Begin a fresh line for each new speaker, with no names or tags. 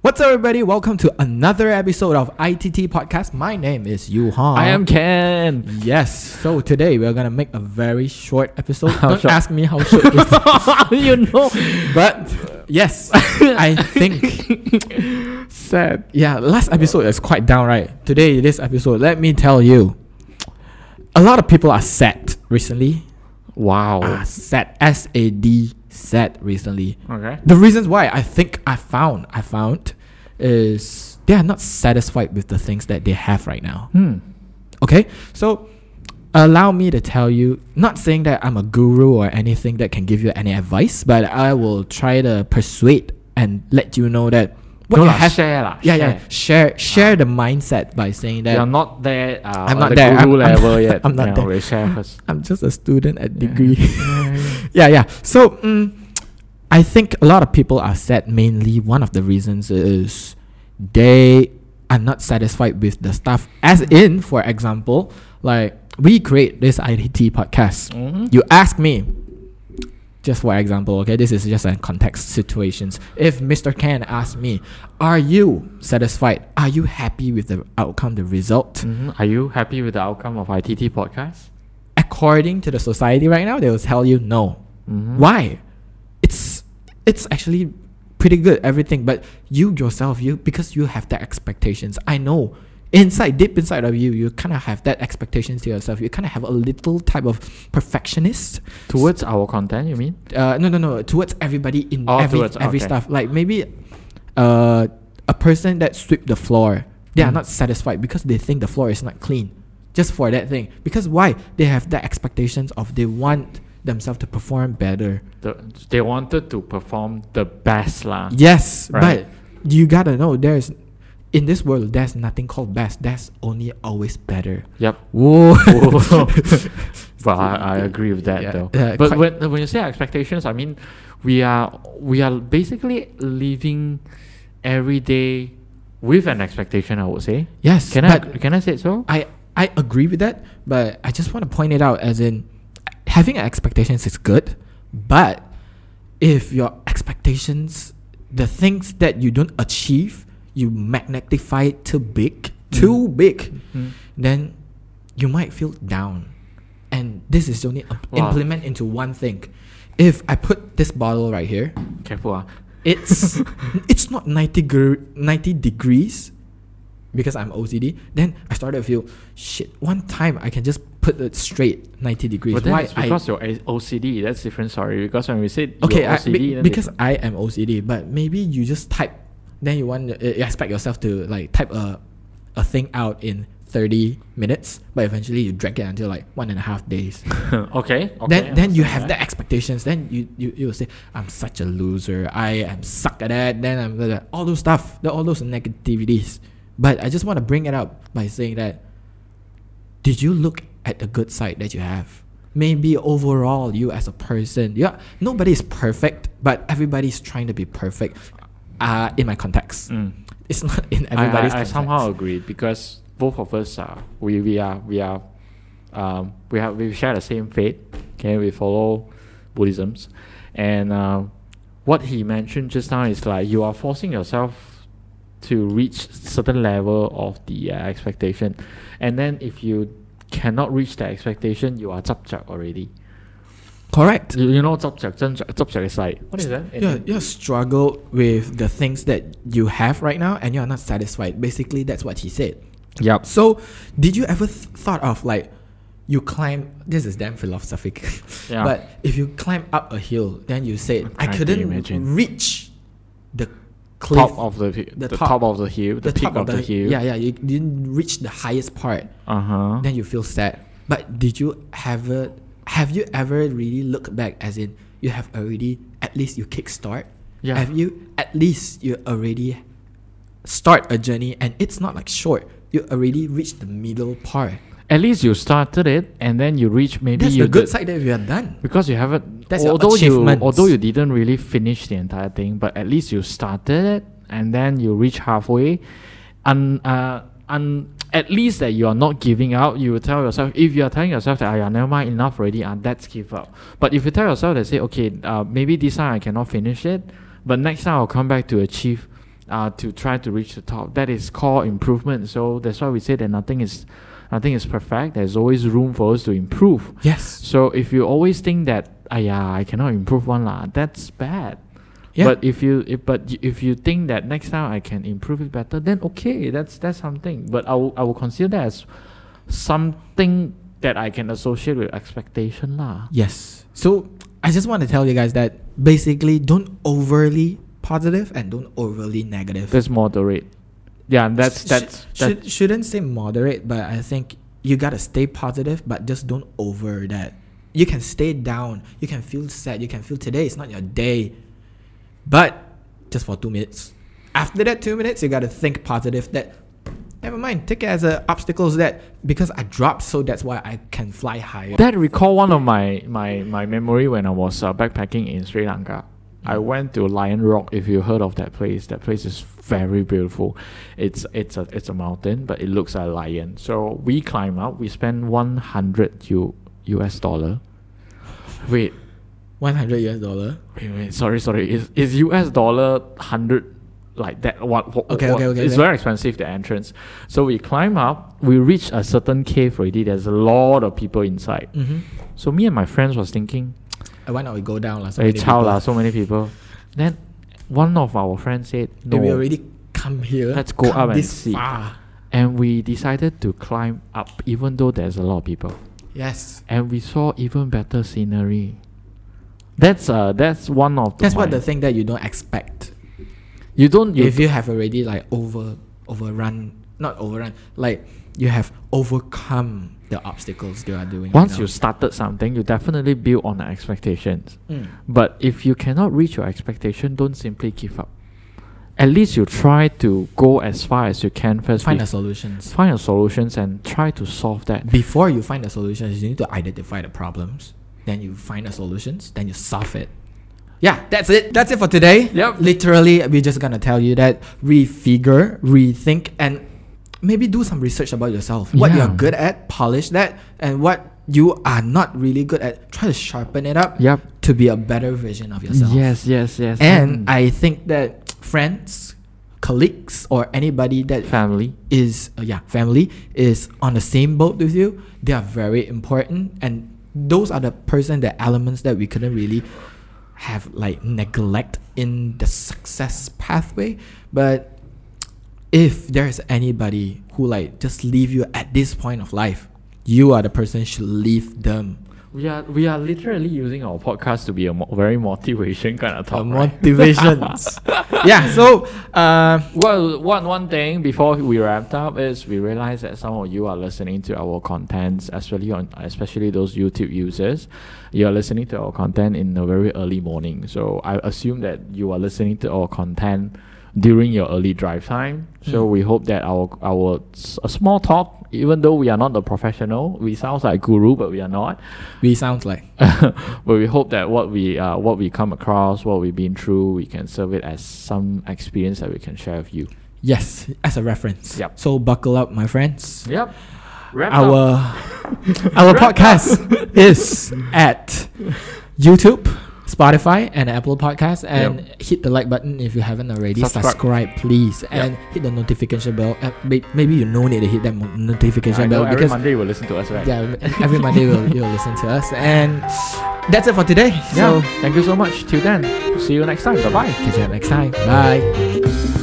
What's up, everybody? Welcome to another episode of ITT Podcast. My name is Yu Han.
I am Ken.
Yes. So today we are gonna make a very short episode.
How
Don't
short?
ask me how short it is,
you know,
but yes, I think
sad.
yeah. Last episode is quite down, right? Today, this episode, let me tell you, a lot of people are sad recently.
Wow.
Are sad, S A D, sad recently.
okay.
The reasons why I think I found I found is they are not satisfied with the things that they have right now.
Hmm.
Okay, so allow me to tell you. Not saying that I'm a guru or anything that can give you any advice, but I will try to persuade and let you know that what
No
you
lah,
have.
share lah,
yeah, yeah. Share share
Ah.
the mindset by saying that
You're not there. Uh,
I'm
on
not
the
there. I'm-
Guru
I'm-
level yet.
I'm not
yeah,
there.
We share first.
I'm just a student at
Yeah.
degree. yeah,
Yeah, yeah,
yeah. So mm, I think a lot of people are sad. Mainly, one of the reasons is they are not satisfied with the stuff. As
Mm-hmm.
in, for example, like we create this IDT podcast.
Mhm.
You ask me. Just for example, okay, this is just a context situations. If Mr. Ken asked me, "Are you satisfied? Are you happy with the outcome, the result?"
Mhm. Are you happy with the outcome of ITT podcast?
according to the society right now, they will tell you no.
Mhm.
Why? It's it's actually pretty good everything, but you yourself, you because you have that expectations. I know inside deep inside of you, you kind of have that expectations to yourself. You kind of have a little type of perfectionist
Towards our content, you mean?
uh, no, no, no. Towards everybody in
Oh,
every
towards-
every
okay.
stuff. Like maybe, uh, a person that sweep the floor, they are
Mm.
not satisfied because they think the floor is not clean. Just for that thing, because why they have the expectations of they want themselves to perform better.
The, they wanted to perform the best lah.
Yes,
Ah. Right.
but you gotta know there's in this world there's nothing called best. There's only always better.
Yep.
Whoa.
Whoa. But I, I agree with that
Yeah,
though.
yeah,
but
quite-
when when you say expectations, I mean we are we are basically living every day with an expectation. I would say.
yes.
Can I
but-
can I say so?
I I agree with that, but I just want to point it out as in having expectations is good, but if your expectations, the things that you don't achieve, you magnify it too big, too big,
Mm.
then you might feel down. And this is only imp-
Wow.
implement into one thing. If I put this bottle right here,
Careful. ah.
it's it's not 90, gr- 90 degrees because I'm OCD. Then I started to feel shit. One time I can just put it straight 90 degrees.
But then
Why
it's
I
because you're A- OCD. That's different. Sorry, because when we said
okay
you're
I,
OCD,
be-
then they-
because I am OCD. But maybe you just type, then you want uh, you expect yourself to like type a a thing out in 30 minutes, but eventually you drag it until like one and a half days.
okay, okay,
then then you
understand
have
that.
the expectations. Then you, you you will say, I'm such a loser. I am suck at that. Then I'm blah, blah, all those stuff. the- All those negativities. But I just want to bring it up by saying that. Did you look at the good side that you have? Maybe overall, you as a person, yeah, nobody is perfect, but everybody's trying to be perfect. Uh, in my context,
Mm.
it's not in
I-
everybody's.
I, I,
context.
somehow agree because both of us are we, we are we are um, we have we share the same faith. Okay, we follow Buddhisms, and um, what he mentioned just now is like you are forcing yourself to reach certain level of the uh, expectation, and then if you cannot reach the expectation, you are chapchak already.
correct.
You, you know chapchak, chapchak is like what is that? In-
Yeah,
in-
you struggle with the things that you have right now, and you're not satisfied. Basically, that's what he said.
Yup.
So, did you ever th- thought of like you climb? This is damn philosophic,
Yeah.
but if you climb up a hill, then you say I
I can
couldn't
imagine.
reach the cliff,
Top of the, the,
the
the
top-
top, of the hill, the, peak
top
of, the, hill.
Yeah, yeah, you didn't reach the highest part.
Uh huh.
Then you feel sad. But did you ever have you ever really looked back as in you have already at least you kickstart?
Yeah.
Have you at least you already start a journey and it's not like short. You already reached the middle part.
At least you started it, and then you reach maybe
That's
you
the good
did-
side that we are done.
because you haven't.
That's your
although you
achievements.
although you didn't really finish the entire thing, but at least you started it, and then you reach halfway, and uh, and at least that you are not giving out. You will tell yourself if you are telling yourself that I am never mind enough already, and that's give up. But if you tell yourself that say okay, uh, maybe this time I cannot finish it, but next time I'll come back to achieve. uh, to try to reach the top. That is called improvement. So that's why we say that nothing is nothing is perfect. There's always room for us to improve.
Yes.
So if you always think that yeah, I cannot improve one lah, that's bad.
Yeah.
But if you if, but y- if you think that next time I can improve it better, then okay, that's that's something. But I will, I will consider that as something that I can associate with expectation lah.
Yes. So I just want to tell you guys that basically don't overly positive and don't overly negative.
That's moderate. Yeah, and that's
Sh-
that's
sh-
that's
should, shouldn't say moderate, but I think you gotta stay positive, but just don't over that. You can stay down. You can feel sad. You can feel today is not your day, but just for two minutes. After that two minutes, you gotta think positive. That never mind. Take it as a obstacles that because I dropped, so that's why I can fly higher.
That recall one of my my my memory when I was uh, backpacking in Sri Lanka. I went to Lion Rock. If you heard of that place, that place is very beautiful. It's it's a it's a mountain, but it looks like a lion. So we climb up. We spend one hundred U US dollar. Wait,
One hundred US dollar.
wait, wait. Sorry, sorry. Is is US dollar hundred like that? What? what
Okay,
what-
okay, okay,
It's
okay.
very expensive the entrance. So we climb up. We reach a certain cave already. There's a lot of people inside.
Mm-hmm.
So me and my friends was thinking,
Why not we go down lah? So
hey,
many
Chao
people.
lah, so many people. Then one of our friends said,
Then
no.
we already come here.
Let's go
come
up and
this
see.
far.
and we decided to climb up even though there's a lot of people.
Yes.
And we saw even better scenery. That's uh that's one of the
That's what the
my-
thing that you don't expect.
you don't you,
if you have already like over overrun, not overrun, like you have overcome the obstacles you are doing. right
once
now.
you started something you definitely build on the expectations.
Mm.
But if you cannot reach your expectation, don't simply give up. At least you try to go as far as you can first.
find
be-
the solutions
find a solutions and try to solve that.
before you find the solutions, you need to identify the problems. Then you find the solutions. Then you solve it. Yeah, that's it. That's it for today.
Yep.
Literally, we're just gonna tell you that refigure, rethink, and maybe do some research about yourself. What
Yeah.
you're good at, polish that, and what you are not really good at, try to sharpen it up.
Yep.
To be a better version of yourself.
Yes, yes, yes. Mm.
And I think that friends, colleagues, or anybody that
family.
is uh, yeah family is on the same boat with you they are very important and those are the person the elements that we couldn't really have like neglect in the success pathway but if there's anybody who like just leave you at this point of life you are the person should leave them
We are we are literally using our podcast to be a mo- very motivation kind of
uh,
talk. right?
motivations yeah so uh,
Well, one one thing before we wrapped up is we realized that some of you are listening to our contents, especially on especially those YouTube users. You are listening to our content in the very early morning, so I assume that you are listening to our content during your early drive time. So
Mm.
we hope that our our s- a small talk, even though we are not the professional, we sounds like guru, but we are not.
we sound like
but we hope that what we uh, what we come across, what we've been through, we can serve it as some experience that we can share with you.
yes as a reference
Yep.
so buckle up my friends
Yep. Wrap up.
our our podcast is at YouTube, Spotify, and Apple Podcasts. And hit the like button if you haven't already.
Subscribe.
Subscribe, please, and hit the notification bell. Uh, may- maybe you know need to hit that mo- notification
I know
bell
every
because
Monday you will listen to us, right?
yeah, every Monday you'll, you'll listen to us. And that's it for today. So
Yeah. Thank you so much. Till then, see you next time. Bye bye.
catch you next time. Bye.